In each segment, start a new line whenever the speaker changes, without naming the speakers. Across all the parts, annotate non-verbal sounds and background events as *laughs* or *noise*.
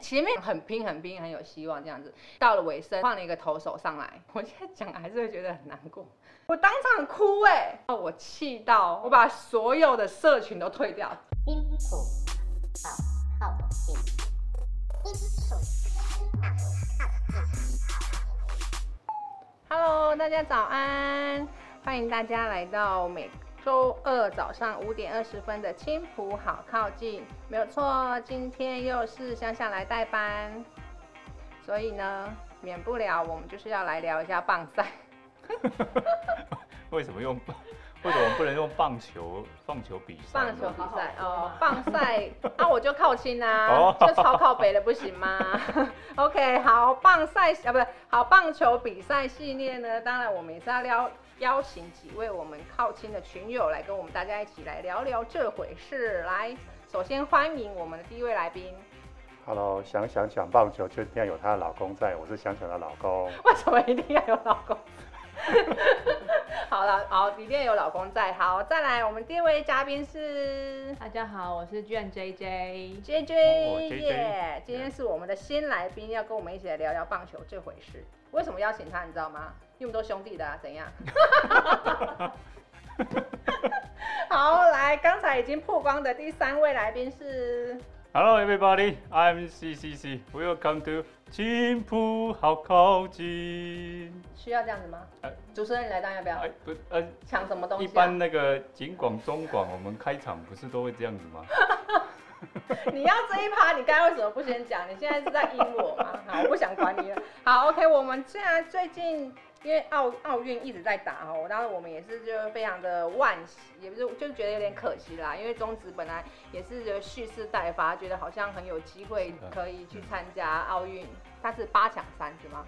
前面很拼很拼很有希望这样子，到了尾声换了一个投手上来，我现在讲还是会觉得很难过，我当场哭哎、哦我气到我把所有的社群都退掉，
辛苦，好好辛苦，辛苦。
Hello，大家早安，欢迎大家来到每周二早上五点二十分的青浦好靠近，没有错，今天又是香香来代班，所以呢，免不了我们就是要来聊一下棒赛。
为什么用？ *laughs* 为什么不能用棒球棒球比赛
棒
呢？
球比赛 *laughs* 哦，棒赛啊，我就靠近啊 *laughs*
哦，
就超靠北了，不行吗 *laughs* ？OK，好，棒赛啊，不是好棒球比赛系列呢，当然我们也是要邀邀请几位我们靠近的群友来跟我们大家一起来聊聊这回事。来，首先欢迎我们的第一位来宾，
Hello，想想讲棒球，就一定要有她的老公在。我是想想的老公，
*laughs* 为什么一定要有老公？ *laughs* 好了，好，一定要有老公在。好，再来，我们第一位嘉宾是
大家好，我是卷 JJ。
J
哦
J
，JJ
耶！今天是我们的新来宾，要跟我们一起来聊聊棒球这回事。为什么邀请他，你知道吗？因为我们都兄弟的、啊，怎样？好，来，刚才已经曝光的第三位来宾是
Hello everybody, I'm CCC. Welcome to 青浦好靠近。
需要这样子吗？
哎
主持人，你来当要不要
哎，不，呃，
抢什么东西、啊
一般，那个景广、中广，我们开场不是都会这样子吗？
*laughs* 你要这一趴，你刚才为什么不先讲？你现在是在阴我吗？好，我不想管你了。好，OK，我们虽然最近因为奥奥运一直在打哦，当然我们也是就非常的惋惜，也不是就是觉得有点可惜啦，因为中职本来也是就蓄势待发，觉得好像很有机会
是的
可以去参加奥运，它是八强三是吗？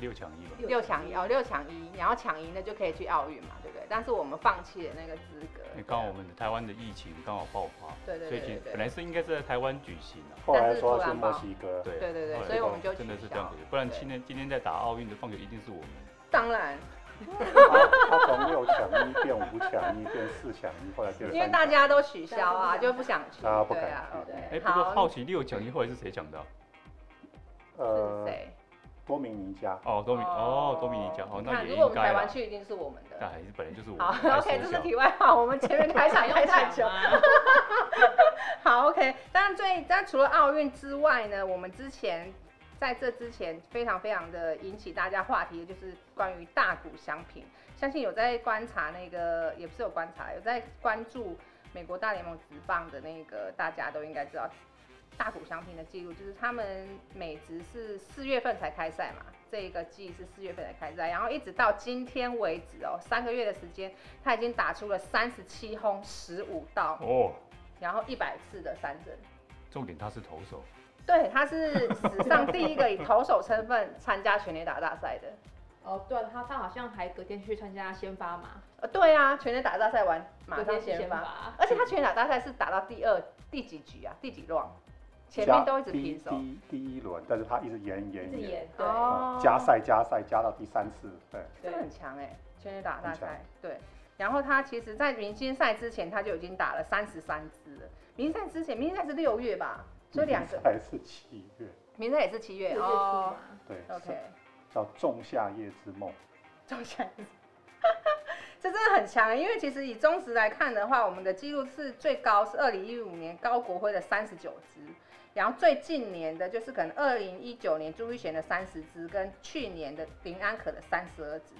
六强一吧。
六强一哦，六强一，你要抢赢的就可以去奥运嘛，对不对？但是我们放弃了那个资格。
因为刚好我们台湾的疫情刚好爆发，
对对
所
对
以其
对
实
对
本来是应该是在台湾举行啊。
后来说是墨西哥，
哦对
对对对
后来
所以我们
刚
就
好真的
取
是这样
消
子，不然
对
今天今天在打奥运的棒球一定是我们。
当然，
她她从六强一变五强一，变四强一，后来 *laughs* 变三强
因为大家都取消啊，
对
就不想去。
大家不
对
敢
啊
去
哦对
哎，不过好
是
奇六强一后来是谁抢的啊？
呃
谁？
多米尼加，
哦，多米哦，多米尼加，哦，
你
那
看，
也
如果我
应
们
该
台
啦
湾。去，一定是我们
但
的。
还是本来就是我 *laughs*
好
们来
*laughs* ，OK，这
缩
是
小
题外话，我们前面开
*laughs*
场开太久。
吗？
*laughs* 好，OK。当然最，但除了奥运之外呢，我们之前在这之前非常非常的引起大家话题，就是关于大谷翔平。相信有在观察那个，也不是有观察，有在关注美国大联盟职棒的那个，大家都应该知道大谷翔平的记录，就是他们美职是四月份才开赛嘛，这一个季是四月份才开赛，然后一直到今天为止哦，三个月的时间，他已经打出了三十七轰、十五盗，
哦，
然后一百次的三振。
重点他是投手，
对，他是史上第一个以投手身份参加全垒打大赛的。
哦，对了，他他好像还隔天去参加先发嘛，
呃，对啊，全垒打大赛完马
隔
上
天是
先
先
发，
发。
而且他全垒打大赛是打到第二第几局啊？第几 round？前
加
面都一直平手
第。一第一轮，但是她一直延延
自
延，
演
哦
对，
啊加赛加赛加到第三次，对，
真的很强哎、全垒打大
很强
赛对。然后他其实，在明星赛之前他就已经打了三十三支了。明星赛之前，明星赛是六月吧，所以两个，
还是七月，
明星赛也是七
四
月
月初
哦
嘛。。
对
OK，
叫仲夏夜之梦，
中奖。 *laughs* 这真的很强，因为其实以中职来看的话，我们的记录是最高是二零一五年高国辉的三十九支，然后最近年的就是可能二零一九年朱玉贤的三十支，跟去年的林安可的三十二支。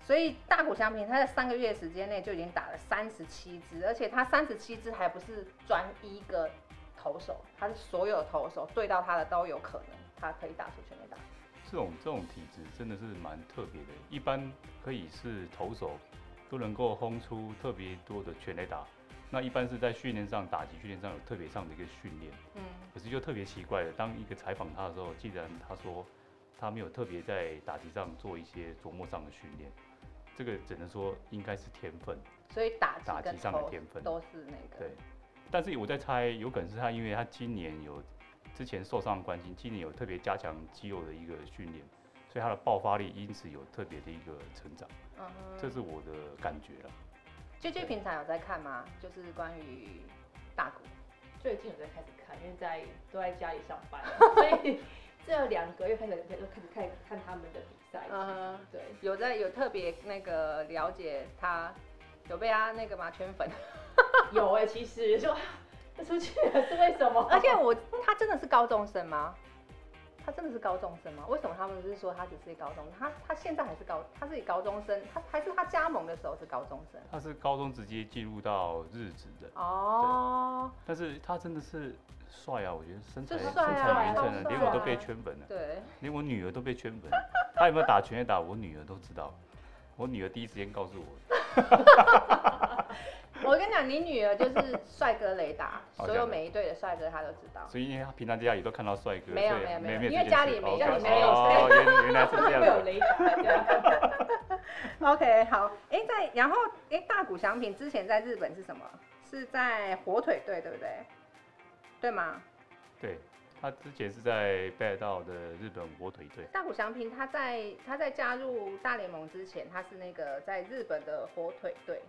所以大谷翔平他在三个月时间内就已经打了三十七支，而且他三十七支还不是专一个投手，他是所有投手对到他的都有可能，他可以打出全垒打。
这种这种体质真的是蛮特别的，一般可以是投手都能够轰出特别多的全垒打，那一般是在训练上打击训练上有特别上的一个训练，
嗯，
可是就特别奇怪的，当一个采访他的时候，既然他说他没有特别在打击上做一些琢磨上的训练，这个只能说应该是天分，
所以打击
打
跟
击上的
投
天分。
都是那个
对，但是我在猜，有可能是他，因为他今年有之前受伤的关系，今年有特别加强肌肉的一个训练，所以他的爆发力因此有特别的一个成长，
嗯哼，
这是我的感觉了。
J J 平常有在看吗？就是关于大鼓，
最近有在开始看，因为在都在家里上班，所
*laughs*
以这两个月开始就开始看看他们的比
*laughs*
赛。
嗯哼
对，
有在有特别那个了解他，有被他那个嘛圈 *laughs* 粉，
有哎、其实 *laughs* 就出去了是为什么？
而且我他真的是高中生吗？他真的是高中生吗？为什么他们不是说他只是高中？他他现在还是高，他是高中生，他还是他加盟的时候是高中生
他是高中直接进入到日职的，
哦。
但是他真的是帅啊，我觉得身材
就
身
帅啊
材匀称
超
啊，
帅
连我都
啊
被圈
*laughs*
粉了，
对，
连我女儿都被圈粉了。他有没有打拳也打，我女儿都知道。我女儿第一时间告诉我，
我跟你讲，你女儿就是帅哥雷达，
好
所有
像
每一队的帅哥她都知道。
所以因为她平常在家里都看到帅哥，
没有
所以
没有没有
没有
因为
这件
家
事
里没
哦
家里
哦
没有 *laughs*
哦，原原来是
*laughs*
这
会
样
有
子。
雷达这样。
OK，好，哎、在然后哎、大谷翔平之前在日本是什么？是在火腿队对不对？对吗？
对，他之前是在北海道的日本火腿队，
大谷翔平他在他在加入大联盟之前，他是那个在日本的火腿队，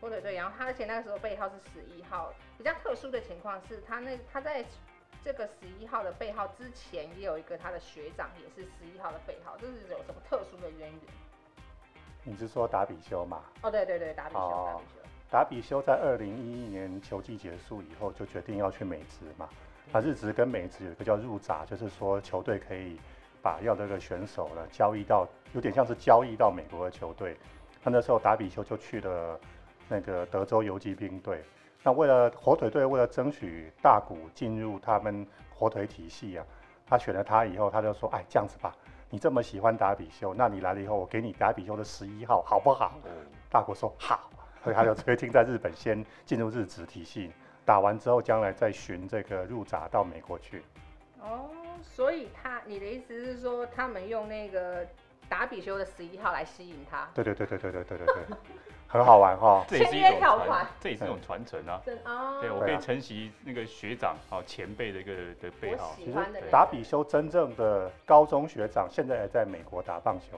火腿队。然后他而且那个时候背号是十一号，比较特殊的情况是他那他在这个十一号的背号之前也有一个他的学长也是十一号的背号，这是有什么特殊的渊源？
你是说打比修嘛？
哦，对对对，打比球，
哦
打比球。
达比修在二零一一年球季结束以后，就决定要去美职嘛。那日职跟美职有一个叫入闸，就是说球队可以把要这个选手呢交易到，有点像是交易到美国的球队。那那时候达比修就去了那个德州游击兵队。那为了火腿队为了争取大谷进入他们火腿体系啊，他选了他以后，他就说：“哎，这样子吧，你这么喜欢达比修，那你来了以后，我给你达比修的十一号，好不好？”大国说好，所以他就决定在日本先进入日职体系，打完之后将来再寻这个入闸到美国去。
哦，所以他你的意思是说，他们用那个达比修的十一号来吸引他？
对对对对对对对对
*laughs*
对，很好玩哈、
这也是一
签约
种
条款
传，这也是一种传承啊。
真哦，
对，我
对
可
啊
以承袭那个学长哦前辈的一个的背
我
号。
喜欢的那个
达比修真正的高中学长现在还在美国打棒球，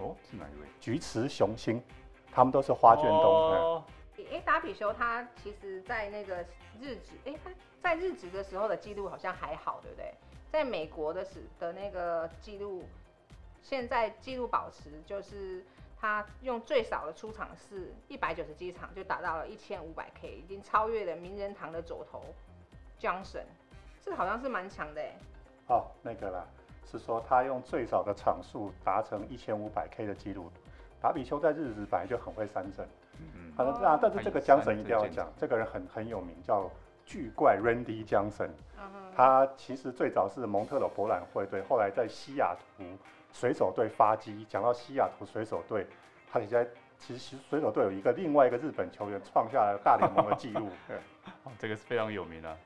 哦，是哪一位？
菊池雄心，他们都是花卷东。嗯
哦，
哎、达比修他其实，在那个日职，哎、他在日职的时候的记录好像还好，对不对？在美国的时的那个记录，现在记录保持就是他用最少的出场是一百九十七场，就达到了一千五百 K，已经超越了名人堂的左投 Johnson，这好像是蛮强的哎、
哦，那个啦，是说他用最少的场数达成一千五百 K 的记录。达比修在日职本来就很会三振，
嗯，
好的，那但是这个江神一定要讲，这个人很很有名，叫巨怪 Randy 江神。
嗯哼，
他其实最早是蒙特勒博览会队，后来在西雅图水手队发迹。讲到西雅图水手队，他现在其实水手队有一个另外一个日本球员创下了大联盟的纪录。
哦这个是非常有名啊。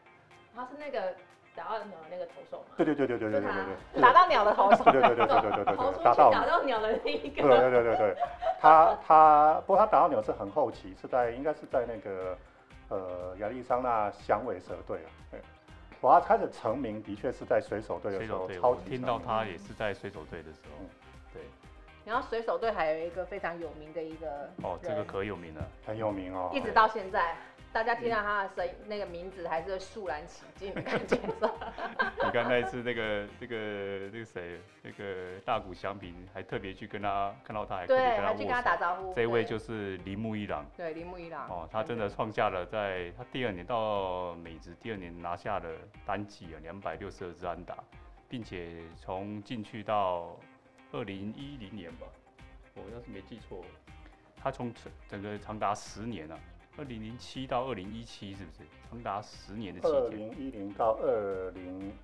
他是那个打到鸟的那个投手嘛，
对对对对对对对对
打到鸟的投手，
对对对对对对对对
投
对
出去
对，打到
打到鸟的那
*laughs*
一个。
对对对对对，他他不过他打到鸟是很后期，是在应该是在那个呃亚利桑那响尾蛇队啊。对，我他开始成名的确是在水手队的
水
时候
手，队，
超
我
级
听
成
到
名
他也是在水手队的时
嗯
候。对，
然后水手队还有一个非常有名的一个
哦，这个
人
可有名了。
很有名哦。
一直到现在，大家听到他的声音，那个名字还是会肃然起敬的
*laughs*
感觉。
你看那一次那个那个那个谁，那个大谷翔平还特别去跟他看到他，还特别
对，
跟他
还去跟他
握手。
打招呼。
这
对
位
啊嗯
就是铃木一朗。
对铃木一朗。
哦，他真的创下了在他第二年到美职第二年拿下了单季啊两百六十二支安打，并且从进去到二零一零年吧，我要是没记错，他从整整个长达十年啊，二零零七到二零一七是不是？长达十年的
二
期间，
零一零到二零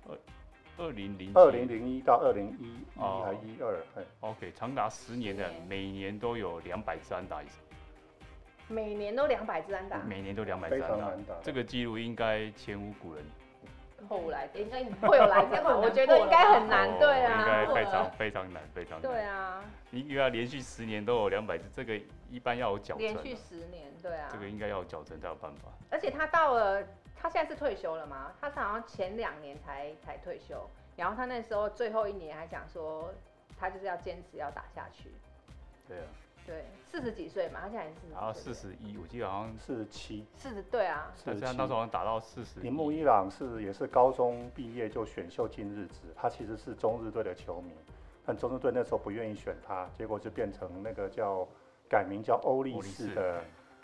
二零零
二零零一到二零一一
哦
还一二，哎嘿
OK，长达十年的
十年
每年都有两百支安打以上。
每年都两百支安打，
每年都两百
非
支
常
安打
难打，
啊这个记录应该前无古人，
后来
应该
会有 *laughs* 来电吗？我觉得应该很难，对
哦应
啊，
该非
过
常
了
非常难，非常难。
对啊，
你又要连续十年都有两百只，这个一般要有矫正
连
啊，
续十年，对啊
这，个应该要有矫正才有办法。
而且他到了，他现在是退休了嘛？他是好像前两年才才退休，然后他那时候最后一年还讲说，他就是要坚持要打下去，
对啊，
对，四十几岁嘛，他现在也
然后
嗯是
啊四十一，我记得好像
四七，
四十对啊，
但是他那时候好像打到四十。
铃木一朗是也是高中毕业就选秀进日职，他其实是中日队的球迷，但中日队那时候不愿意选他，结果就变成那个叫改名叫欧力
莫里
士
斯
的，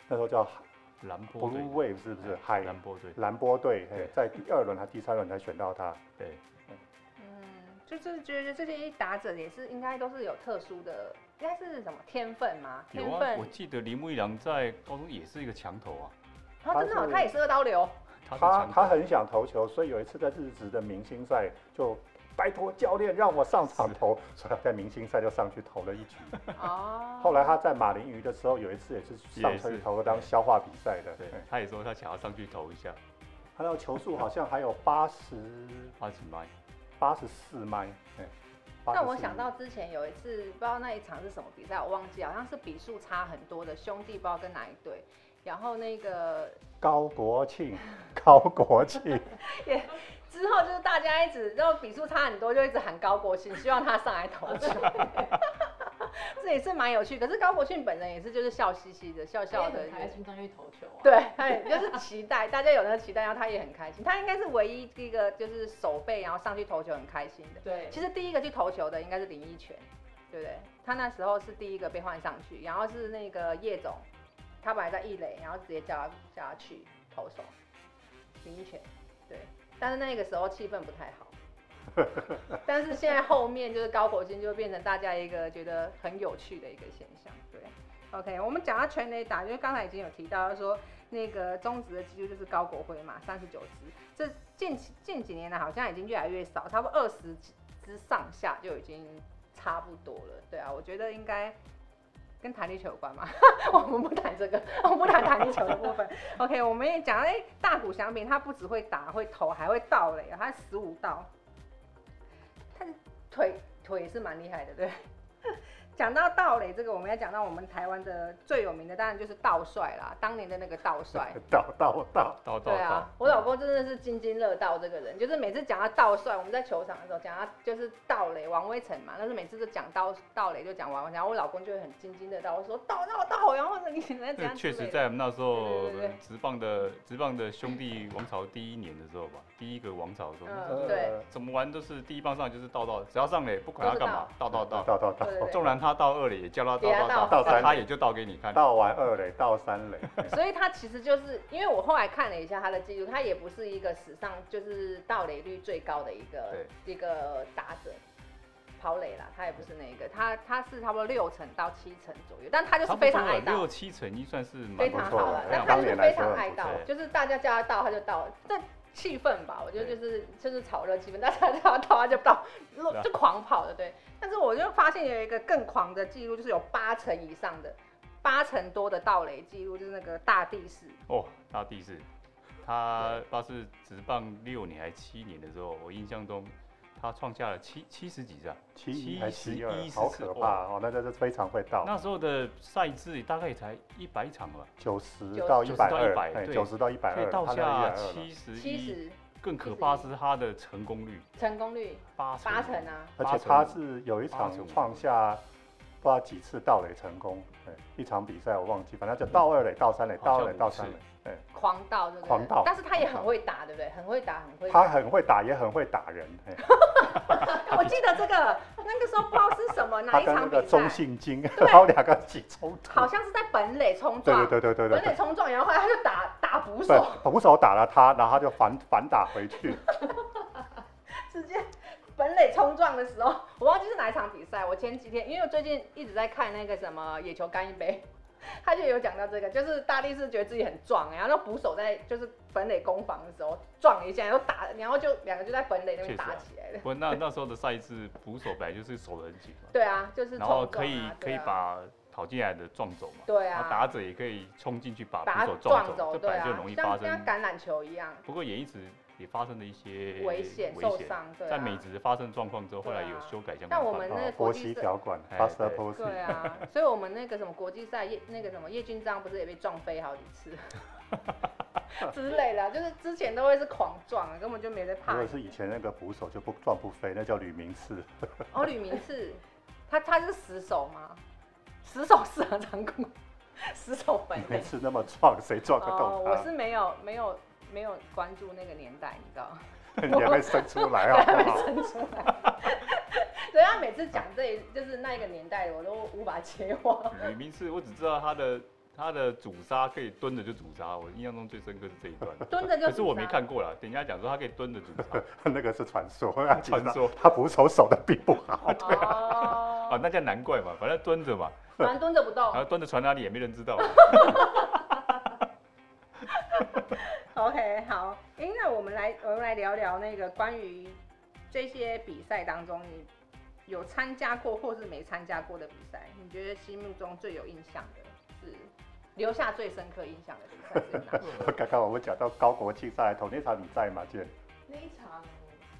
那时候叫
对蓝波
Blue
队，
Wave 是不是？
哎
海
蓝波队，
蓝波队，嘿
对
在第二轮还第三轮才选到他，
对，
嗯，就是觉得这些打者也是应该都是有特殊的，应该是什么天分吗？天
有啊，
分
我记得铃木一郎在高中也是一个强投啊，
然后真的哦，
他是
他也是二刀流，
他是
他
强
他
投，
很想投球，所以有一次在日职的明星赛就。拜托教练让我上场投，所以他在明星赛就上去投了一局。
*laughs*
哦，
后来他在马林鱼的时候，有一次也是上
也
去
是
投当消化比赛的。
对
嘿，
他也说他想要上去投一下，
他那个球速好像还有八十
八十迈，
八十四迈，哎，
但
84
我想到之前有一次，不知道那一场是什么比赛，我忘记，好像是比数差很多的兄弟，不知道跟哪一队。然后那个
高国庆， *laughs* 高国庆，
之后就是大家一直，然后比数差很多，就一直喊高国庆，希望他上来投球。这也是蛮有趣，可是高国庆本人也是就是笑嘻嘻的，笑笑
他也
的
很，开心上去投球啊。
对，他也就是期待，大家有那个期待，然后他也很开心。他应该是唯一一个就是手背，然后上去投球很开心的。
对，
其实第一个去投球的应该是林依泉，对不对？他那时候是第一个被换上去，然后是那个叶总，他本来在一垒，然后直接叫他叫他去投手，林依泉，对。但是那个时候气氛不太好，但是现在后面就是高国金就变成大家一个觉得很有趣的一个现象，对。OK，我们讲到全垒打，因为刚才已经有提到说那个中职的几率就是高国辉嘛，三十九支，这近期近几年来好像已经越来越少，差不多二十之上下就已经差不多了。对啊，我觉得应该跟弹力球有关嘛。 *laughs* 我们不谈这个，我们不谈弹力球的部分。OK，我们也讲，哎、大谷翔平他不只会打，会投，还会盗垒，啊他十五道，他腿腿也是蛮厉害的，对。 *laughs* 讲到盗垒这个，我们要讲到我们台湾的最有名的，当然就是道帅啦，当年的那个道 *laughs* 帅。
*laughs* 到到到，
到
对
到
啊
到，，
我老公真的是津津乐道这个人，就是每次讲到道帅，我们在球场的时候讲他就是道垒王威成嘛，但是每次都讲到道垒就讲王威成，然后我老公就会很津津乐道，我说道道道，然后你怎样怎
那
样之
确
类的，
实在我们那时候
对对对对
直棒的直棒的兄弟王朝第一年的时候吧，第一个王朝的时候，
嗯
呃
对，
怎么玩都是第一棒上来就是到到，只要上垒不管他干嘛，到到
到
到。
到到
对
到，
对
纵然他到二垒也叫他
也要
到到到，
到到三垒
但他也就到给你看。
到完二垒到三垒，
对，所以他其实就是因为我后来看了一下他的记录，他也不是一个史上就是盗垒率最高的一个一个打者。跑垒啦，他也不是那一个，他他是差不多六成到七成左右，但他就是
差不
非常
多
爱盗。
六七成一算是蛮
非
不
常
错
好
的
了，，
非
但他
常棒
当
就
然
是
年
非
来
常
说
爱到
很，不错
就是大家叫他到他就到，但气氛吧，我觉得就是就是炒热气氛，大家叫他到他就到，
对啊
就狂跑的对。但是我就发现有一个更狂的记录，就是有八成以上的。八成多的盗垒记录就是那个大地士，
哦，他第四，他他是职棒六年还七年的时候，我印象中他创下了七七十几张，
七一还七
71
二，
是
好可怕哦！那真是非常会到，
那时候的赛制大概也才一百场吧，
九十到一百
90到
二
100，
哎，
对
九十到一百
可以
二，
到
他
下
120了
七十
七
一，
十
更可怕是他的成功率
成功率
八
八成啊，
而
八
且
成
他是有一场
八成
创下不知道几次盗垒成功，哎一场比赛我忘记，反正就到二垒到三垒，到
好
二
像
垒
五
到三
次
垒，
狂盗对不对？
狂盗
但是他也很会打，对不对？很会打，很会打。
他很会打，也很会打人，哎
我记得这个那个时候不知道是
*laughs*
什么哪
他
一
跟那
场
个
比
中
赛，
信金， *laughs* 然后两个一起冲突，
好像是在本垒冲
对
撞，
对对对对
本
对
垒冲撞，然后后来他就打打捕
对
手，，
捕手打了他，然后他就反反打回去，
直接本垒冲撞的时候， *laughs* 我忘记是哪一场比赛。我前几天因为我最近一直在看那个什么野球干一杯， *laughs* 他就有讲到这个，就是大力士觉得自己很壮，欸然后那捕手在就是本垒攻防的时候撞了一下，然后打，然后就两个就在本垒那边
确实啊
打起来了。
不，那那时候的赛制捕手本来就是守得很紧嘛，
对啊，就是
然后
冲撞啊
可以可以
对啊
把跑进来的撞走嘛，
对
然后
啊，
打者也可以冲进去把
把他
捕手
撞
走，这
对
本来
啊
就容易，发
像
生
像。橄榄球一样
不过也一直也发生了一些
危险受伤，对啊。
在美职发生状况之后，后
对啊
来有修改相
但
关
我
法
们
律。
那个
啊
国
国
际
旗
赛
条管
哎
faster
对
pose，
对
*laughs*
啊，所以我们那个什么国际赛叶那个什么叶军章不是也被撞飞好几
*laughs*
次之类的啊，就是之前都会是狂撞啊，根本就没在怕
如。果是以前那个捕手就不撞不飞，那叫吕明次，
哦，吕明次，他他是死手吗？十手四行长 *laughs* 弓，十手本
每
位。
次那么撞，谁撞得
哦
动，
我
他？
是没有没有没有关注那个年代，你知道吗？ *laughs*
*laughs* 你还会生出来哦好
还没
不好？
生出来。所以他每次讲这，就是那一个年代，我都无法接话。
吕明是我只知道他的他的主杀可以蹲着就主杀，我印象中最深刻是这一段。
蹲着就
可是我
自
没
杀
看过啦，等一下讲说他可以蹲着主杀
*laughs*
那个是传说， *laughs*
传说
他捕手手的并不好。 *laughs*
*laughs* 啊，
哦，
那叫难怪嘛，反正蹲着嘛，
反正蹲着不动
然。后蹲着传哪里也没人知道。啊
OK，好，哎、那我们来我们来聊聊那个关于这些比赛当中，你有参加过或是没参加过的比赛，你觉得心目中最有印象的是留下最深刻印象的比赛是哪？
刚刚我们讲到高国庆上来投那场，你在吗？健，
那一场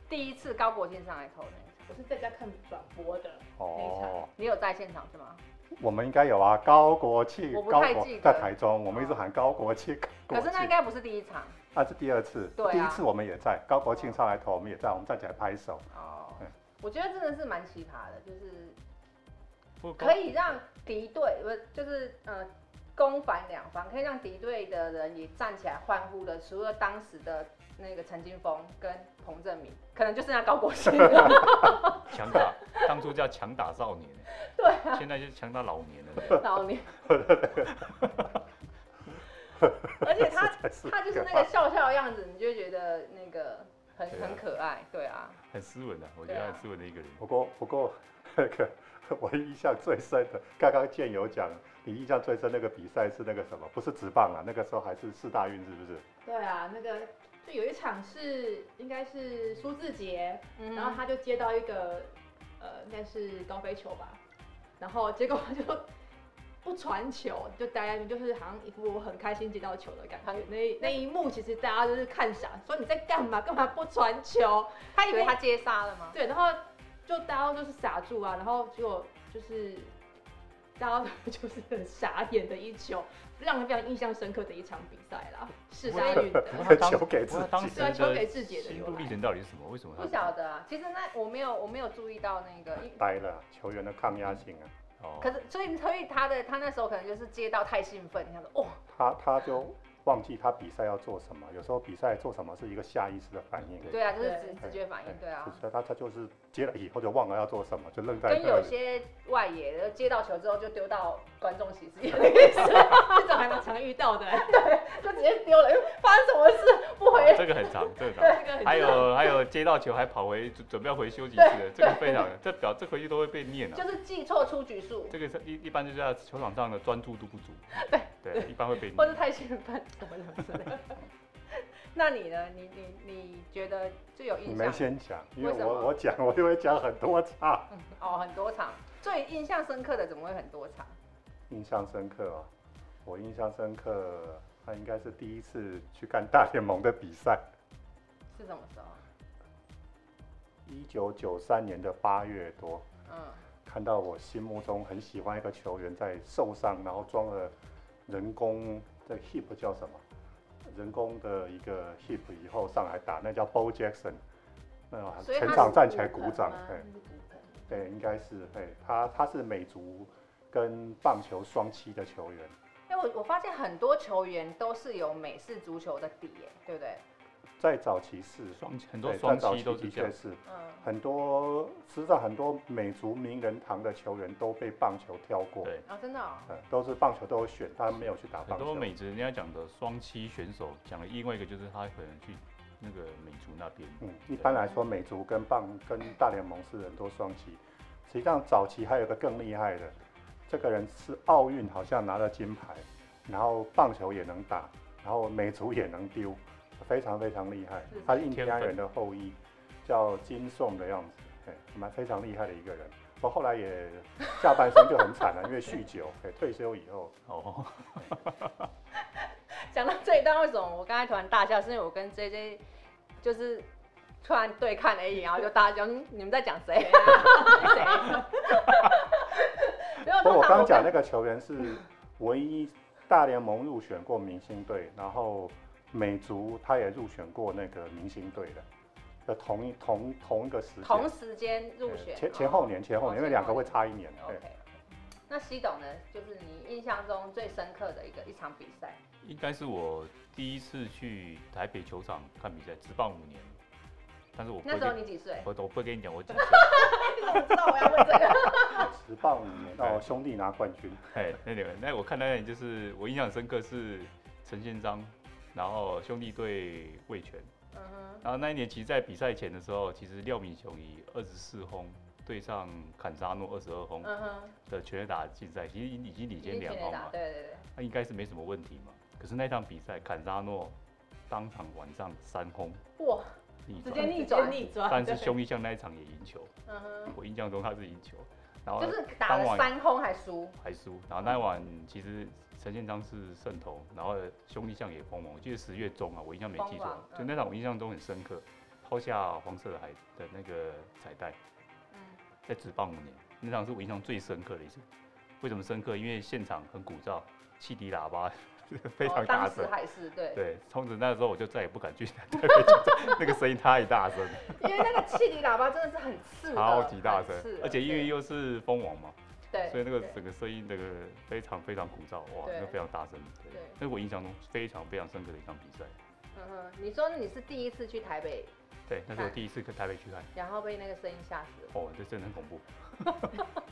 第一次高国庆上来投那一场，
我是在家看转播的，
哦，
你有在现场是吗？
我们应该有啊。高国庆
我，不
高
太
国
记得哦
在台中，我们一直喊高国庆。
可
高国
是那应
庆
该不是第一场
那是第二次，
对啊
第一次我们也在。高国庆上来投，我们也在，我们站起来拍手。
哦
对。
我觉得真的是蛮奇葩的，就是
不过
*laughs* 可以让敌对不是就是呃攻反两方，可以让敌对的人也站起来欢呼的，除了当时的那个陈金峰跟彭正明，可能就剩下高国庆了。
强打，当初叫强打少年，
*laughs* 对啊，
现在就是强打老年
*laughs*
了。
老年。而且他他就是那个笑笑的样子，你就会觉得那个很
对啊
很可爱，对啊。
很斯文的、我觉得他很斯文的一个人。
不过不过那个我印象最深的，刚刚建友讲，你印象最深那个比赛是那个什么？不是直棒啊，那个时候还是四大运是不是？
对啊，那个就有一场是应该是苏志杰，
嗯
然后他就接到一个呃，应该是高飞球吧，然后结果他就不传球，就大家就是好像一副我很开心接到球的感觉
很。
那那一幕其实大家就是看傻，说你在干嘛？干嘛不传球？
他以为他接杀了吗？
对，然后就大家就是傻住啊，然后结果就是大家就是很傻眼的一球，让人非常印象深刻的一场比赛啦，是
不
大
会
运的。
不过他当
球给自己
不过他当
对啊
时
球
的
给自己的
心
由
路
来
历程到底是什么？为什么他
不晓得啊，其实那我没有我没有注意到那个，因
呆了，球员的抗压性啊，
哦
可是所以所以他的他那时候可能就是接到太兴奋，他说哦哇，
他他就忘记他比赛要做什么，有时候比赛做什么是一个下意识的反应。
对啊，就是
对
直直觉反应，对啊。
所以他他哎就是接了以后就忘了要做什么，就愣在
跟
那
有
里。
些外野的接到球之后就丢到观众席之间，
这种还蛮常遇到的、
就直接丢了，因为发生什么事不回
哦
来。
这个很长，这个很
这
长。
个很
还有还有接到球还跑回准准备要回休息室的，这个非常这表这回去都会被念啊
就。是记错出局数，
这个是一一般就是在球场上的专注度不足，
对
对，一般会被
或是
念。
太兴奋什么什么之类的。 *laughs* 那你呢？你你你觉得最有
你
印
们
象？
先讲，因为
为什么
我我讲我就会讲很多场，
哦，很多场最印象深刻的怎么会很多场？
印象深刻哦。我印象深刻，他应该是第一次去看大联盟的比赛，
是什么时候？
一九九三年的八月多，
嗯，
看到我心目中很喜欢一个球员在受伤，然后装了人工的 hip 叫什么？人工的一个 hip 以后上来打，那叫 Bo Jackson，那
所以他
全
是
场站起来鼓掌，哎嘿
对，
对，应该是嘿，他他是美足跟棒球双栖的球员，
因为我我发现很多球员都是有美式足球的底耶，对不对？
在早期是，
双很
很
多双
早
膝
期
都
的
是这样
确，是
嗯，
很多，实际上很多美足名人堂的球员都被棒球挑过，
对，
啊，真的哦，
嗯，都是棒球都有选，他没有去打
很
棒
多
球。
美职人家讲的双七选手，讲的另外一个就是他可能去那个美足那边，
嗯，一般来说，美足跟棒跟大联盟是很多双击。实际上，早期还有个更厉害的，这个人是奥运好像拿了金牌，然后棒球也能打，然后美足也能丢，非常非常厉害
是。
他是印第
天
安
分
人的后裔，叫金颂的样子，哎，蛮非常厉害的一个人。我后来也下半生就很惨了，因为酗酒，哎，退休以后，
哦， *laughs*
讲到这一段，为什么我刚才突然大笑？是因为我跟 J J 就是突然对看了一眼，然后就大笑。嗯你们在讲谁？没有，
*laughs* 不过我
通常
刚讲那个球员是
*laughs*
唯一大联盟入选过明星队，然后美足他也入选过那个明星队的，就同一同同一个时间，
同时间入
呃
选，
前前后年前后
哦
年，因为
前
两
后
个会
年
差一年。对
OK，那西董呢，就是你印象中最深刻的一个一场比赛，
应该是我第一次去台北球场看比赛，只棒五年，但是我不
那
会
时候
跟，
你几岁？
我我不会跟你讲我几岁，
你怎么知道我要问这个？
直棒
*laughs*
五年哦，兄弟拿冠军，
哎，那两个，那我看那年就是我印象深刻是陈宪章，然后兄弟对魏权，
嗯哼，
然后那一年其实，在比赛前的时候，其实廖敏雄以二十四轰对上坎沙诺二十二轰
嗯哼，
的全垒打竞赛，其实已经领
已
先
经
两
全垒
轰
打，
嘛，
啊对对对，
那应该是没什么问题嘛。可是那场比赛，坎沙诺当场晚上三轰
哇，
逆
直接
转，
逆转
逆转，
但是
对
兄弟像那一场也赢球，
嗯哼，
我印象中他是赢球，然后
就是打
当
了
晚
三轰还输，
还输。然后
嗯
那一晚其实陈建章是胜投，然后兄弟象也疯猛。我记得十月中啊，我印象没记错
疯
啊
狂，嗯
就那场我印象中很深刻，抛下黄色的海的那个彩带，
嗯，
在职棒五年，那场是我印象最深刻的一次。为什么深刻？因为现场很鼓噪，汽笛喇叭 *laughs* *laughs* 非常
哦
大
当
声
时。还是对，
对，从此那时候我就再也不敢去 *laughs* 台北球场，那个声音太大声了，
因为那个汽笛喇叭真的是很刺耳，
超级大
很
声
刺，耳
而且因为
对
又是蜂王嘛，
对，
所以那个
对
整个声音那个非常非常鼓噪，哇，
对
那非常大声。对
对，
那是我印象中非常非常深刻的一场比赛。
嗯哼，你说你是第一次去台北，
对，那是我第一次跟台北去看，
然后被那个声音吓死了。
哦，这真的很恐怖。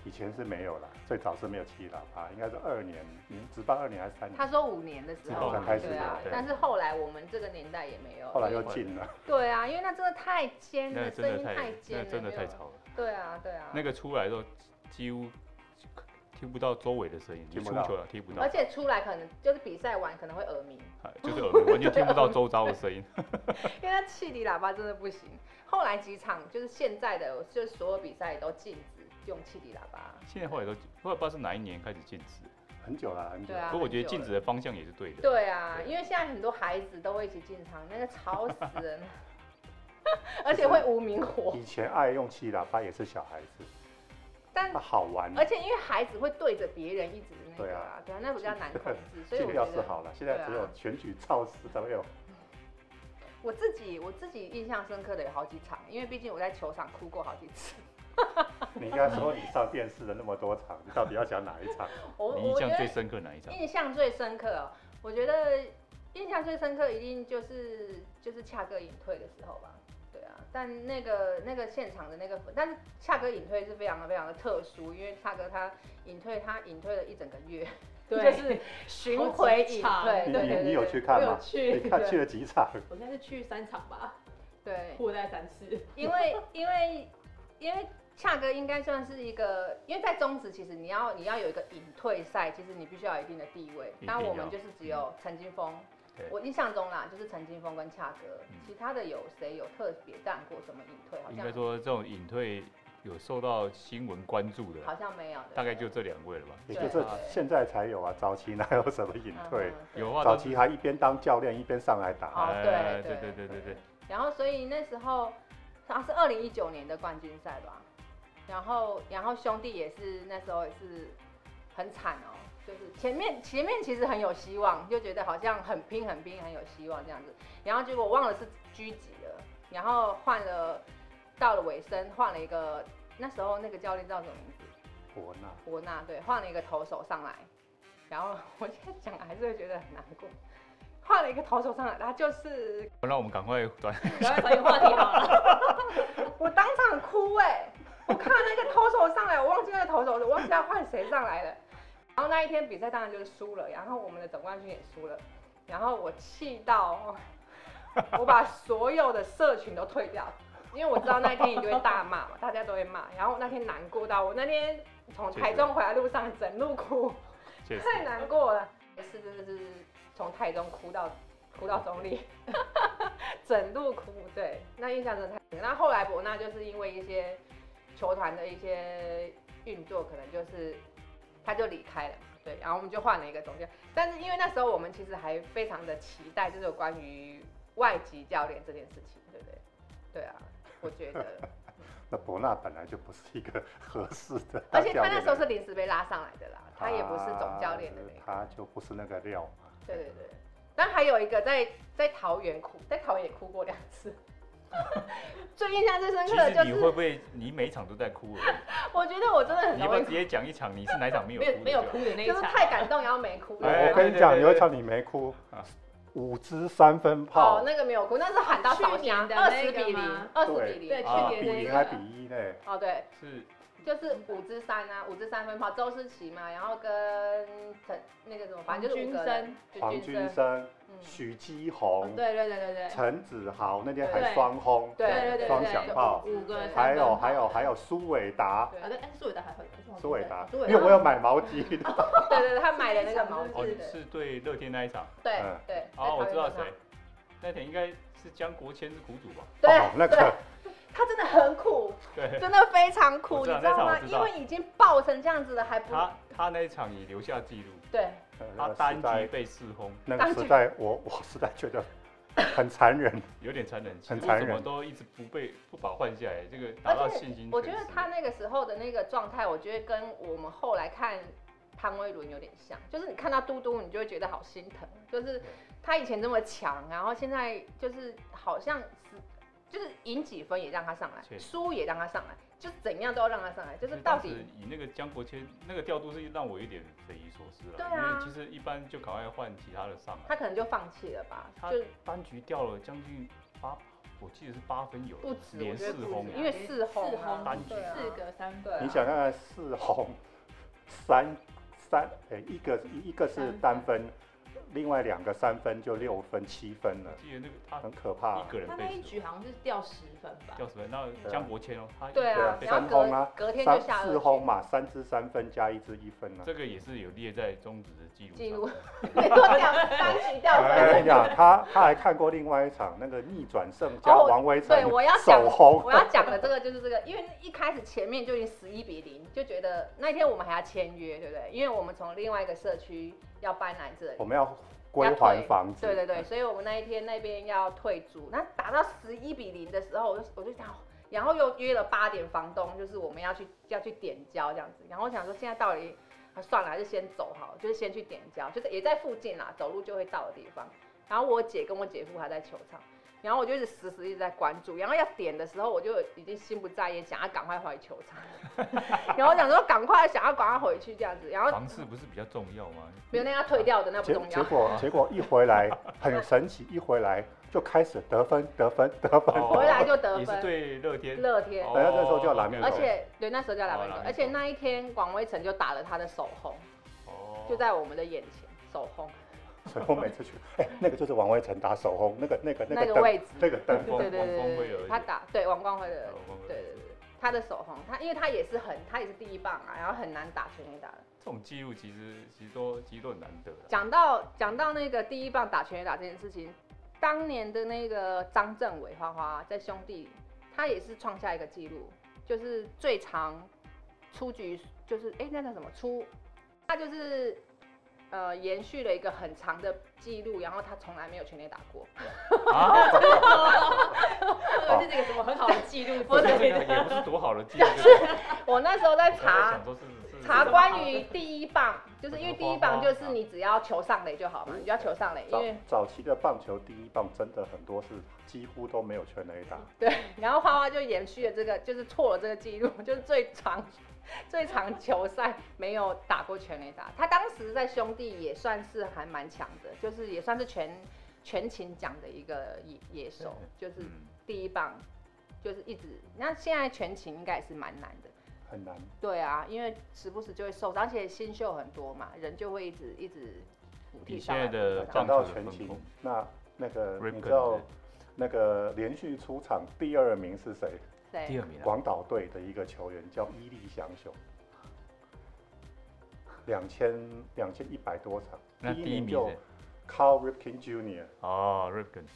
以前是没有啦，最早是没有七喇叭，应该是二年，直棒二年还是三
他
年，
说五年的时候
自
嘛
动开，始
对啊
的对，
但是后来我们这个年代也没有。
后来又
因为
进了，
对啊，因为那真的太尖
那
了，
个
声
真
音
的太，
尖
那
了，
个真的
没
太
有
吵了。
对啊，对啊。
那个出来的时候，几乎听不到周围的声音，你
听不
出
到
球了听不到
而，且出来可能就是比赛完可能会耳鸣， *laughs*
哎就是耳朵完全听不到周遭的声音。 *laughs*
因为那汽笛喇叭真的不行。后来几场就是现在的，就是所有比赛都禁止用汽笛喇叭。
现在后来都，后来不知道是哪一年开始禁止，
很久了，很久
对。啊
不过我觉
很
得
久了
禁止的方向也是对的。
对啊，
对
因为现在很多孩子都会一起进场，那个吵死人，而且会无名
*laughs*
火。
以前爱用七喇叭也是小孩子，
但
那好玩，
而且因为孩子会对着别人一直那
对
个
啊
啊，对啊，那比较难控制，所以
尽
我
量
觉
是
得啊
好了，现在只有选举造势才会有。
我自己我自己印象深刻的有好几场，因为毕竟我在球场哭过好几次。
你应该说你上电视的那么
*laughs*
多场，你到底要讲哪一场？
我
你印
我觉
象最
得
深刻哪一场？
印象最深刻、哦，我觉得印象最深刻一定就是就是恰哥隐退的时候吧。对啊，但那个那个现场的那个，但是恰哥隐退是非常的非常的特殊，因为恰哥他隐退，他隐退了一整个月，
对，
就
就是是
巡
好几
*laughs* 回隐
场
退。
你
对对
你
对，
你有
对
去
我
看
有
吗？你
去，
看去了几场？
我现在是去三场吧，
对，
扩大三次，
因
*laughs*
为因为因为恰哥应该算是一个，因为在中职其实你要你要有一个隐退赛，其实你必须要有一定的地位
一。定
那我
要嗯
们就是只有陈金峰
对，
我印象中啦，就是陈金峰跟恰哥
嗯，
其他的有谁有特别干过什么隐退？好
应该
像
说这种隐退有受到新闻关注
好
的，
像没有，对
大概就这两位了吧。
也就是现在才有啊，早期哪有什么
嗯
隐退？。
有啊，
早
都是
期还一边当教练一边上来打，
哦
哎
对
对
对
对对对，
然后所以那时候他是二零一九年的冠军赛吧，然后然后兄弟也是那时候也是很惨哦，就是前面前面其实很有希望，就觉得好像很拼很拼很有希望这样子，然后结果忘了是狙击了，然后换了到了尾声换了一个那时候那个教练叫什么名字？
伯纳
伯纳对，换了一个投手上来，然后 *laughs* 我现在讲还是会觉得很难过，换了一个投手上来，他就是
让我们赶快转 *laughs*
然后转移话题好了。
我当场哭哎、我看那个投手上来，我忘记那个投手，我忘记要换谁上来了。然后那一天比赛当然就是输了，然后我们的总冠军也输了，然后我气到，我把所有的社群都退掉，因为我知道那一天一定会大骂嘛，大家都会骂。然后我那天难过到，我那天从台中回来路上整路哭，
确实，
太难过了。是是是，从台中哭到哭到中立， *laughs* 整路哭。对，那印象真的太深。那后来伯纳就是因为一些球团的一些运作，可能就是他就离开了。对，然后我们就换了一个总教，但是因为那时候我们其实还非常的期待，就是有关于外籍教练这件事情，对不对？对啊，我觉
*laughs*
得，
那伯纳本来就不是一个 *laughs* 合适的
而
当
且
教练
他
的人，
那时候哎是临时被拉上来的啦，他也不是总教练的那个。
他就不是那个料嘛。
对对对，但还有一个在在桃园哭，在桃园也哭过两次， *laughs* 最印象最深
其
刻的
实
就
你
是，
会不会你每一场都在哭而
*laughs*
已？
我觉得我真的很
你要不
容
要
易
直接讲一场你是哪一场没有
没有
哭？
没有。哭的那一 *laughs*
就是
场，
太感动然后没哭。哦
我
哎
我跟
对
你讲，
对对
有一场你没哭
啊，
五支三分
哦
炮，，
那个没有哭，那是喊到
去
烧
年
香，
的
二
那
十
个
比零
吗，
二十
对
比
*laughs* 对，
零。
啊
去
比
年
零
那
还
个
比一嘞，
哦，对，
是
就是五支三啊，五支三分炮，周思齐嘛，然后跟陈那个什么，反正就是五个人，
黄
就
君，生、
嗯，
许基
哦
宏、
对对对对对，
陈子豪那天
对
还双轰，
对
对对对
双响炮
五个三
还有
分炮
还有还有苏伟达，
啊对，哎苏伟达还会，
苏伟达，
苏
因
伟达
为我有买毛巾，
对对对，他买
*laughs*
的那个毛
哦
巾，对
是对乐天那一场。
对
嗯
对，
哦，我
在桃园
知道
看
谁，那天应该是江国谦是苦主吧？ *laughs*
到，
哦
*laughs* 对，
那
对
个
他真的很苦，
对，
真的非常苦，
我
你
知道
知道
那
吗？
场我知
因
道
为已经爆成这样子了，还不
他他那一场也留下记录，
对，
呃 *laughs* 那
他
个
单
时
局
代
被四轰，
那个时代，我 *laughs* 我实在觉得很残
*laughs*
忍。
有点残忍，其
很
实
残
为什么
忍
都一直不被不把换下来，这个达到
而
信
且
心全失。
我觉得他那个时候的那个状态，我觉得跟我们后来看潘威伦有点像，就是你看到嘟嘟，你就会觉得好心疼，就是他以前这么强，然后现在就是好像是就是赢几分也让他上来，
确实
输也让他上来，就是怎样都要让他上来，就是
所以
到
当
底
时以那个江国谦那个调度是让我有点匪夷所思了，
对啊
因为其实一般就赶快换其他的上来，
他可能就放弃了吧，
他
就
单局掉了将近八，我记得是八分有了，
不止，我
连
觉得
四
不
轰
止，
啊，
因为四轰
四
啊
轰
单局
对啊
四个三分，
对啊，
你想看看四红，三三，诶、一个一个是单分，另外两个三分就六分七分
我
了，
记得那个他
很可怕
啊一。个人
他那
被
一局好像是掉十分吧，
掉十分，那江国谦哦，他
对
一个
啊
人，被
然后
三轰啊
隔隔天就
三
下
四
了
轰嘛，三支三分加一支一分啊。
这个也是有列在中指的记录
记
上
录，
*laughs*
没错，掉单局掉
哎我跟
分
你。讲，他他还看过另外一场那个逆转胜加
哦
王威成、
对，我要讲
首轰，
我要讲的这个就是这个，因为一开始前面就已经十一比零，就觉得那天我们还要签约，对不对？因为我们从另外一个社区要搬来这里
我，们要归还房子。哎
对对对，所以我们那一天那边要退租。那打到十一比零的时候，我就我就想，然后又约了八点房东，就是我们要去要去点交这样子。然后我想说，现在到底啊算了，还是先走好了，就是先去点交，就是也在附近啦，走路就会到的地方。然后我姐跟我姐夫还在球场，然后我就一直时时一直在关注，然后要点的时候，我就已经心不在焉，想要赶快回球场， *laughs* 然后我想说赶快想要赶快回去这样子，然后
房事不是比较重要吗？
没有那要退掉的那不
结
重
*laughs*
结
要。 *laughs*
果结果一回来很神奇，一回来就开始得分得分
*laughs*
得分，
哦
回来就得
也是
分，
对乐天，哦
乐天。
人家那时候叫蓝
面
面
而且对，那时候叫拉
哦
贝多
拉贝，多
而且那一天王威成就打了他的手轰，
哦
就在我们的眼前，手轰
所以我每次去，哎、那个就是王威成打手轰，那个那个
那个
灯，
位置，
那个灯
王光
对对对
王光
对
辉而
对
已
对，他打对王光辉的
哦，王光辉
对对对，对他的手轰，他因为他也是很，他也是第一棒啊，然后很难打全垒打的。
这种记录其实其实都其实都很难得啊啦
讲到讲到那个第一棒打全垒打这件事情，当年的那个张政伟花花在兄弟，他也是创下一个记录，就是最长出局，就是哎、那叫什么出，他就是呃延续了一个很长的记录，然后他从来没有全垒打过，
啊，
*laughs*
而且这个什么很好的记录
不
之
是
类
这
的
个，也不是多好的
*laughs*
记录，就是
我那时候在
我在
查
想。说 *laughs* 是是啊
查
是
关于第一棒，就是因为第一棒就是你只要球上垒就好嘛，你就要球上垒，因
早
为
早期的棒球第一棒真的很多是几乎都没有全垒打，
对，然后花花就延续了这个，就是错了这个记录， *laughs* 就是最长最长球赛没有打过全垒打。他当时在兄弟也算是还蛮强的，就是也算是全全勤奖的一个野野手，就是
嗯
第一棒，就是一直。那现在全勤应该也是蛮难的，
很难。
对啊，因为时不时就会受伤，而且新秀很多嘛，人就会一直一直补
以
替上
现
来。
在的
补替上
讲
来
棒
到
球的
全
分
勤
工，，
那那个
Ripken，
你知道那个连续出场第二名是谁？
第
对，
二名啊，
广岛队的一个球员叫伊利祥雄，两千两千一百多
那
场，
第
第
一
一
名
名
是
就 Carl Ripken Jr.
哦 r i p k e n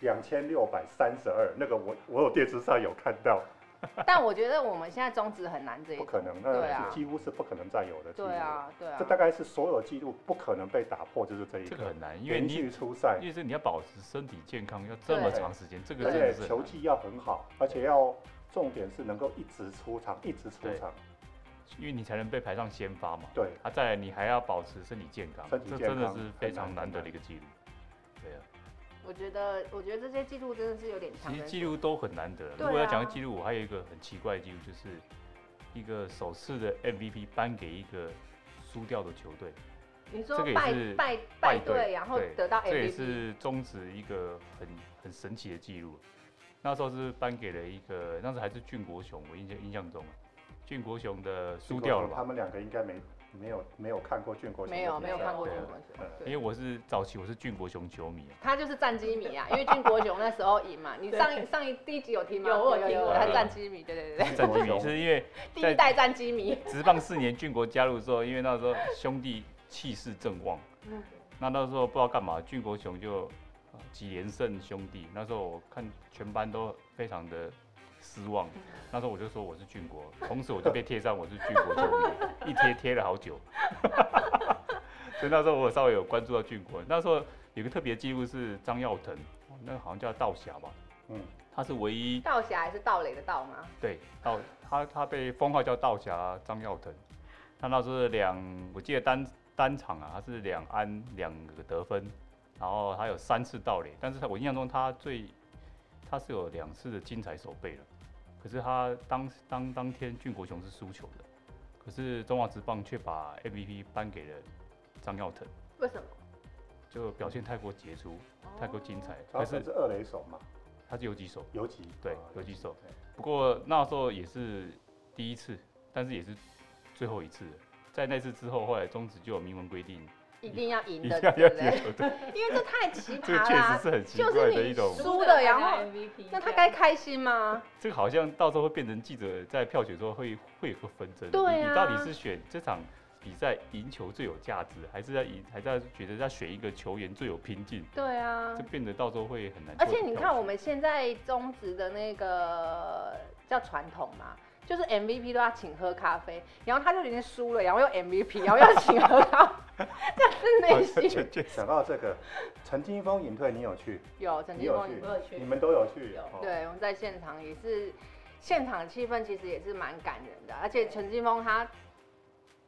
两千六百三十二，那个我我有电视上有看到，
但我觉得我们现在中职很难这一
不
种。
可能，
对啊
那几乎是不可能再有的记录。
对啊，对啊
这。大概是所有记录不可能被打破，就是这一
这个很难，因为
连
你
续出赛
因，为是你要保持身体健康，要这么
对
长时间，这个
而
真的
且
是很
球
难
技要很好，而且要重点是能够一直出场，一直出场。
因为你才能被排上先发嘛。
对，
啊，再来你还要保持身体健康，
身体
这
健
真的
康
是非
很难
常
很
难得
难
的一个记录。对啊，
我觉得，我觉得这些记录真的是有点强
其实
人
记录都很难得。
对
如果要
啊
讲记录，我还有一个很奇怪的记录，就是一个首次的 MVP 颁给一个输掉的球队，
你说
这个也
败
是
败
败
队，然后
对
得到
这也
MVP，
是终止一个很很神奇的记录。那时候是颁给了一个，那时候还是俊国雄，我印象印象中，俊国雄的输掉了
他
嘛，
们两个应该没没有没有看过俊国雄的
没有
比
没有
赛
看过
对
这
啊
个冠军
对啊。
因为我是早期我是俊国雄球迷啊，
他就是战机迷啊，因为军国雄那时候赢嘛。你上一
对
上一第一集有听吗？
有我有
听
有
过，
有
他
有
战机迷，对对对
战绩迷
有
是因为
对，第一代战机迷。
*laughs* 职棒四年，俊国加入之后，因为那时候兄弟气势正旺，
嗯
那那时候不知道干嘛，俊国雄就呃几连胜兄弟。那时候我看全班都非常的失望，那时候我就说我是俊国，从此我就被贴上我是俊国球迷，一贴贴了好久。 *laughs* 所以那时候我稍微有关注到俊国，那时候有个特别记录是张耀腾，那个好像叫道侠吧，
嗯，
他是唯一
道侠还是盗垒的盗吗？
对，道他他被封号叫道侠张耀腾，他那时候是两，我记得单单场啊，他是两安两个得分，然后他有三次盗垒，但是他我印象中他最他是有两次的精彩守备了，可是他当当当天俊国雄是输球的，可是中华职棒却把 MVP 颁给了张耀腾，
为什么？
就表现太过杰出，太过精彩，
他
可
是
是
是二垒手嘛，
他是有几手。
游击
对
啊
游击手
对
不过那时候也是第一次，但是也是最后一次了。在那次之后，后来中职就有明文规定，
一定要赢
一
的，
定
对
要要
不对？
解球队，
*laughs* 因为这太奇
这
葩
个确
啦
实。是很奇
就是
怪的
你
一种。
输的然后
还拿 MVP，
那他该开心吗？
这个好像到时候会变成记者在票选的时候会会有个纷争。
对
你
啊
你到底是选这场比赛赢球最有价值，还是在赢，还在觉得在选一个球员最有拼劲？
对啊
这，变得到时候会很难做
而
票
且
选。
你看我们现在中职的那个叫传统嘛。就是 MVP 都要请喝咖啡，然后他就连输了，然后又 MVP，然后要请喝咖啡，这
*laughs*
是内心
对。 *laughs* 讲到这个，陈金峰隐退，你有去？
*laughs* 有曾
你
经
有
梦
去
我有去？
你们都有去
有？
哦，
对，我们在现场也是，现场的气氛其实也是蛮感人的，而且陈金峰他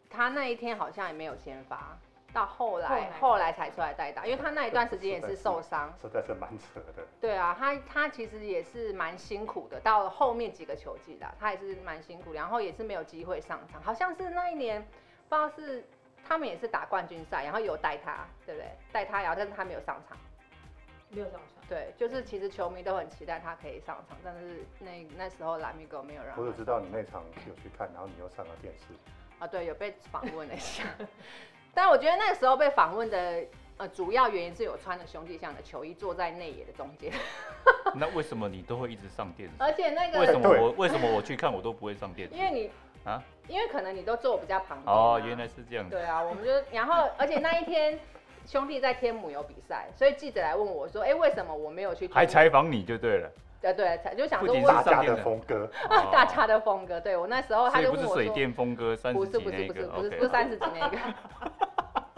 他那一天好像也没有先发，到后
后
来
来
后来才出来代打，因为他那一段时间也是受伤。
实在是蛮扯的。
对啊，他他其实也是蛮辛苦的，到了后面几个球季啦，他也是蛮辛苦，然后也是没有机会上场，好像是那一年不知道是他们也是打冠军赛，然后有带他，对不对？带他，然后但是他没有上场。
没有上场。
对，就是其实球迷都很期待他可以上场，但是那那时候拉米狗没有让他
我只知道你那场有去看，然后你又上了电视。
啊，对，有被访问了一下， *laughs* 但我觉得那时候被访问的呃主要原因是有穿了兄弟象的球衣，坐在内野的中间，
那为什么你都会一直上电视？
而且那
为什
个
么我为什么我去看我都不会上电视？
因为你
啊，
因为可能你都坐比较旁边、啊
哦，原来是这样子。
对啊，我们就然
*laughs*
后而且那一天。兄弟在天母有比赛，所以记者来问我说：“哎、为什么我没有去天母？”
还采访你就对了，
对对，采就想说
不仅
为
是
什
大
么
家的峰哥，
哦
大家的风格。对我那时候
所
他
以
就
不
问
是
我
水
说
电风哥三
不
十
是
几
不
那
是不是
个
不是
，OK，
不是三十几那个。 *laughs*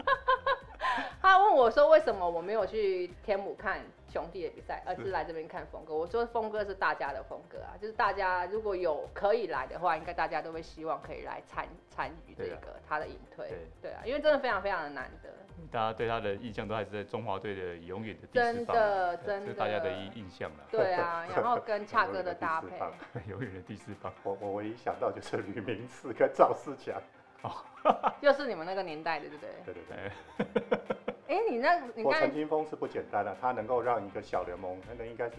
他问我说：“为什么我没有去天母看兄弟的比赛，而是来这边看峰哥？”我说：“峰哥是大家的风格啊，就是大家如果有可以来的话，应该大家都会希望可以来参参与这
对啊
个他的隐退。
对
对啊，因为真的非常非常的难得。
大家对他的印象都还是在中华队的永远的第四
真
棒，
的
对
真
这
的
是大家的印印象了，
对啊，然后跟恰哥的搭
我
配
以为，
*laughs*
是
永远的第四棒。
我我唯一想到就是吕明志跟赵世强。
又是你们那个年代的，对不对？
对对对。
哎，
哎、你那
不
你
过
刚才
陈金峰是不简单的、他能够让一个小联盟，那个应该是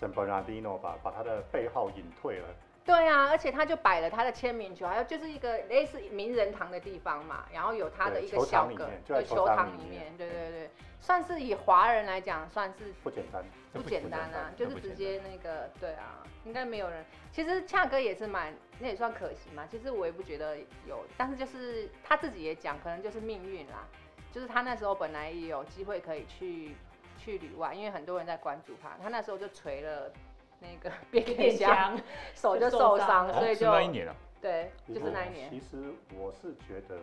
San Bernardino 吧，把他的背号隐退了。
对啊，而且他就摆了他的签名球，还有就是一个类似名人堂的地方嘛，然后有他的
对
一个
球
小
场里
格
面，就在
对，
球
球
场
场
里
里
面
面，对对对，算是以华人来讲，算是
不简单，
不简单啊，
这
就
不
是
简
直
单
接那个，对啊，应该没有人。其实恰哥也是蛮，那也算可惜嘛。其实我也不觉得有，但是就是他自己也讲，可能就是命运啦。就是他那时候本来也有机会可以去去旅外，因为很多人在关注他，他那时候就锤了那个 *laughs* 变电箱，，手就受伤，
哦
所以
是
就
那一年啊，
对，就是
我
那一年。
其实我是觉得，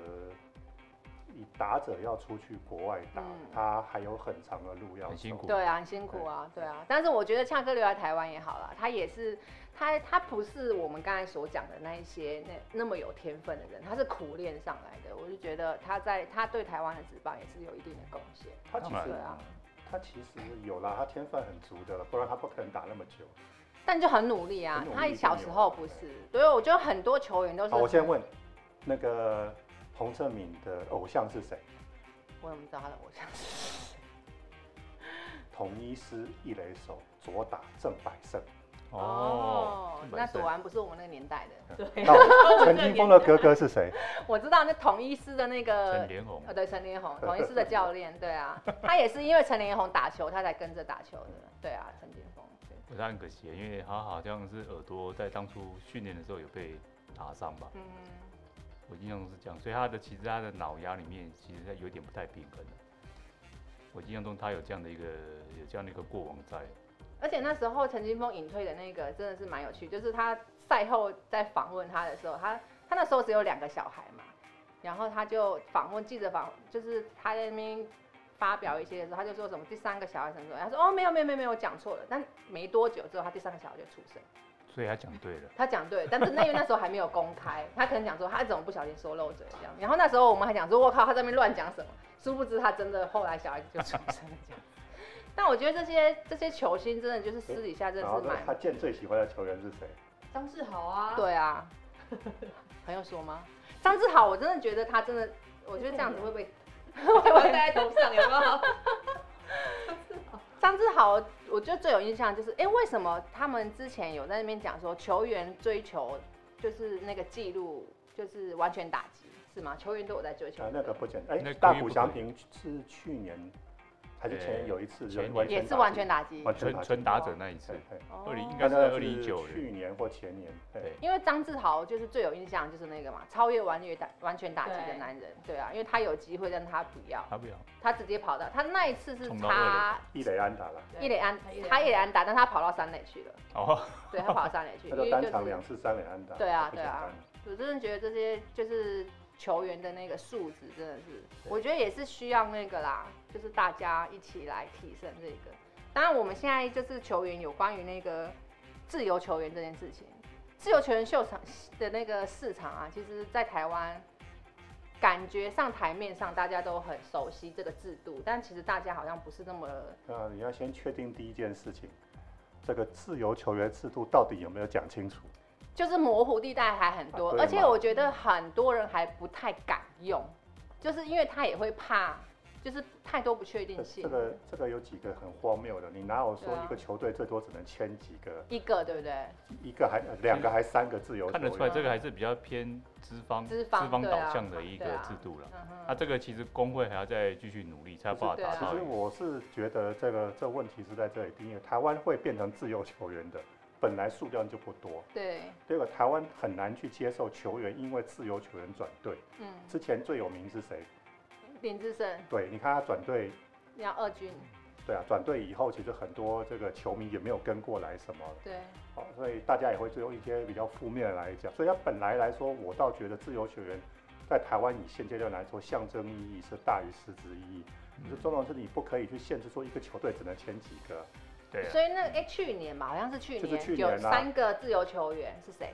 以打者要出去国外打，
嗯
他还有很长的路要走
很辛苦
对啊，很辛苦啊，对啊。但是我觉得恰哥留在台湾也好啦，他也是，他他不是我们刚才所讲的那一些那那么有天分的人，他是苦练上来的。我就觉得他在他对台湾的职棒也是有一定的贡献。
他其
当然嗯
实
对啊
他他其实有啦，他天分很足的，不然他不可能打那么久。
但就很努力啊
很努。力
他小时候不是，所以我觉得很多球员都是。
哦好，我现在，问，那个洪正敏的偶像是谁？
我怎么知道他的偶像？
统一师一垒手左打郑百
*laughs*
胜。
哦，日本
那
胜
左安不是我们那个年代
*laughs*
的。
对，
那我陈金峰的哥哥是谁？
我知道那统一师的那个
陈，连红
呃，对，陈连红，统一师的教练，对啊，他也是因为陈连红打球，他才跟着打球的，对啊，陈金峰。对
我他很可惜，因为他好像是耳朵在当初训练的时候有被打伤吧，
嗯，
我印象中是这样，所以他的其实他的脑压里面其实他有点不太平衡。我印象中他有这样的一个有这样的一个过往在，
而且那时候陈金峰隐退的那个真的是蛮有趣，就是他赛后在访问他的时候，他他那时候只有两个小孩嘛，然后他就访问记者访，就是他在那边发表一些的时候，他就说什么第三个小孩什么什么，他说哦没有没有没有没有我讲错了，但没多久之后他第三个小孩就出生。
所以他讲对了，
他讲对，但是那因为那时候还没有公开，他可能讲说他怎么不小心说漏嘴这样。然后那时候我们还讲说，我靠，他在那边乱讲什么？殊不知他真的后来小孩子就出生了这样。但我觉得这些这些球星真的就是私底下真
然
的
后
是蛮
他见最喜欢的球员是谁？
张志豪啊，，
对啊，还用说吗？张志豪，我真的觉得他真的，我觉得这样子会不会？
我要戴在头上，有没有？
张志豪，我觉得最有印象就是，哎、为什么他们之前有在那边讲说球员追求就是那个记录就是完全打击是吗？球员都有在追求
啊
这，
那个不简单。
那
哎，
个
大
也不
谷
可以
翔平是去年还是前年有一次
前年
完全
也是
打
完
击
全打击。
完全打
纯
啊击
纯打者那一次
对，对
哦
二零应该
但
是
那
在
是
二零一九
去
年，
年或前年。对
对，
因为张志豪就是最有印象就是那个嘛，超越完全打完全打击的
对
男人，对啊，因为他有机会，但他不要，
他不要，
他直接跑到他那一次是
冲到
他
一垒安打了，
一垒安
他一垒，安
他一垒安打，但他跑到三垒去了，
哦，
对他跑到三垒去，
他
因
就
为
单
就
场
是
两次三垒安打。
对啊
不简
对啊
单
我真的觉得这些就是球员的那个素质真的是，
对
我觉得也是需要那个啦，就是大家一起来提升这个。当然，我们现在就是球员有关于那个自由球员这件事情，自由球员秀场的那个市场啊，其实在台湾感觉上台面上大家都很熟悉这个制度，但其实大家好像不是那么
那你要先确定第一件事情，这个自由球员制度到底有没有讲清楚？
就是模糊地带还很多
啊，对嘛
而且我觉得很多人还不太敢用，就是因为他也会怕，就是太多不确定
这
性。
这个这个有几个很荒谬的，你哪有说
对啊
一个球队最多只能签几个，
一个对不对？
一个还呃两个还三个自由球
看得出来
员？
这个还是比较偏资方
资方对啊
导向的一个
对啊
制度了。
嗯
那
哼，
这个其实工会还要再继续努力，才有办法
就是对啊
达
其
到
实
一个。
我是觉得这个这问题是在这里，第一，台湾会变成自由球员的，本来数量就不多。
对，
第二个，台湾很难去接受球员因为自由球员转队。
嗯，
之前最有名是谁？
林志胜
对，你看他转队，
要二军，
对啊，转队以后，其实很多这个球迷也没有跟过来什么，
对，
哦，所以大家也会用一些比较负面来讲。所以它本来来说，我倒觉得自由球员在台湾以现阶段来说，象征意义是大于实质意义。
嗯
可是重要的是你不可以去限制说一个球队只能签几个，
对啊，
所以那哎去年吧，好像是去
就是去
年
年啊
有三个自由球员是谁？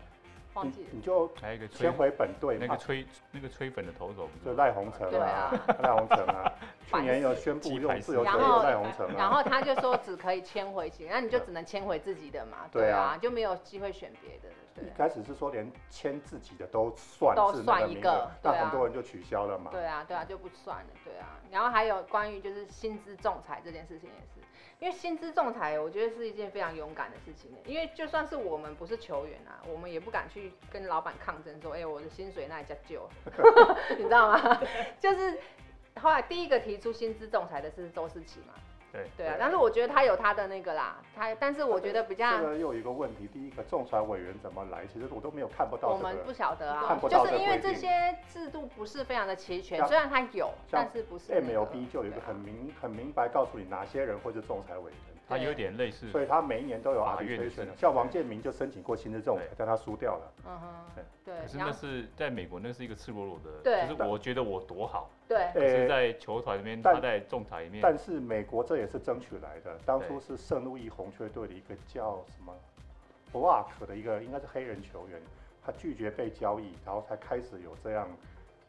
忘记
你
了。
你就
还有一个吹
先回啊本队
那
嘛
个，吹那个吹粉的投手不
就是赖鸿成
对
啊
啊，
赖鸿成
*laughs*
啊，
烦死
去年有宣布用自由球
然
员
后
赖鸿成
然
啊，
后他就说只可以签回去，那你就只能签回自己的嘛，
对啊
对啊，就没有机会选别的，
一
对，
开始是说连签自己的都算
都
是那
算
个
一
名
个
额，那
对啊
很多人就取消了嘛。
对啊，对啊，就不算了，对啊。然后还有关于就是薪资仲裁这件事情也是，因为薪资仲裁我觉得是一件非常勇敢的事情，欸因为就算是我们不是球员啊，我们也不敢去跟老板抗争说，哎、我的薪水那也叫
*laughs*
旧，你知道吗？就是后来第一个提出薪资仲裁的是周思琪嘛，
对
对啊
对。
但是我觉得他有他的那个啦，他但是我觉得比较。
这个又有一个问题，第一个仲裁委员怎么来？其实我都没有看不到
我
这个
们不晓得啊
看，不
就
到这
是
个
因为
规
这
定
些制度不是非常的齐全，
像
虽然它有，
像
但是不是、那个
MLB 就有一个
对啊
很明很明白告诉你哪些人会是仲裁委员，
它有点类似
所以他每一年都有
法院的
arbitration
制度
像王建民就申请过薪资仲裁
对，
但他输掉了。
嗯哼
对，
对
可，是
然
那
后
是在美国，那是一个赤裸裸的，
对
就是我觉得我多好，
对
可是
呃，
在球团里面，
但
他在仲裁里面，
但是美国这也是争取来的，当
对
初是圣路易红雀队的一个叫什么 Block 的一个应该是黑人球员，他拒绝被交易，然后才开始有这样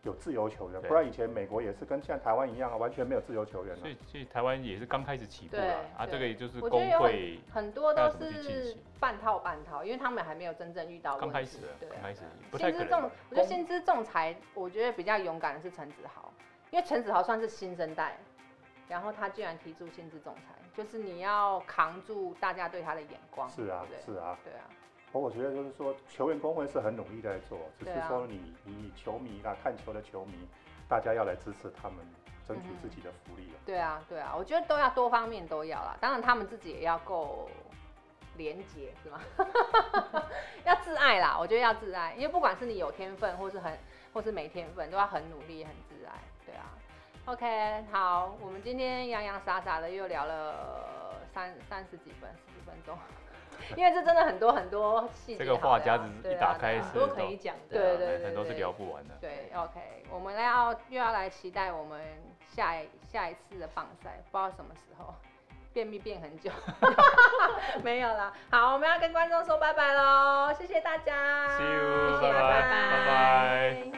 有自由球员，
对
不然以前美国也是跟现在台湾一样啊，完全没有自由球员啊
所
了。
以所以台湾也是刚开始起步啦，
对
啊，
对
这个也就是
我觉得
工
有
会
很多都
那怎么去进
是
行
半套半套，因为他们还没有真正遇到问题。
刚开始的
对，
刚
啊
开始不太
薪
可
资
能
仲
吧。，
我觉得
工
薪资仲裁，我觉得比较勇敢的是陈子豪，因为陈子豪算是新生代，然后他居然提出薪资仲裁，就是你要扛住大家对他的眼光。
是啊
对，不
是啊，
对对啊，
我我觉得就是说，球员工会是很努力在做，只是
对啊
说你你球迷啊，看球的球迷，大家要来支持他们，争取
嗯哼
自己的福利啊。
对啊，对啊，我觉得都要多方面都要啦，当然他们自己也要够廉洁，是吗？ *laughs* 要自爱啦，我觉得要自爱，因为不管是你有天分，或是很，或是没天分，都要很努力，很自爱，对啊。OK，好，我们今天洋洋洒洒的又聊了三三十几分，十几分钟， *laughs* 因为这真的很多很多细节。
这个
好
话
聊
匣子
对
一
啊
打
对
开
啊
很多
是
可以讲的。
对
啊
对对
很多是
对
聊不完的。
对，OK，我们要又要来期待我们下一下一次的棒赛，不知道什么时候，便秘变很久， *laughs* 没有啦。好，我们要跟观众说拜拜喽，谢谢大家
See you，
谢谢
拜拜，拜拜。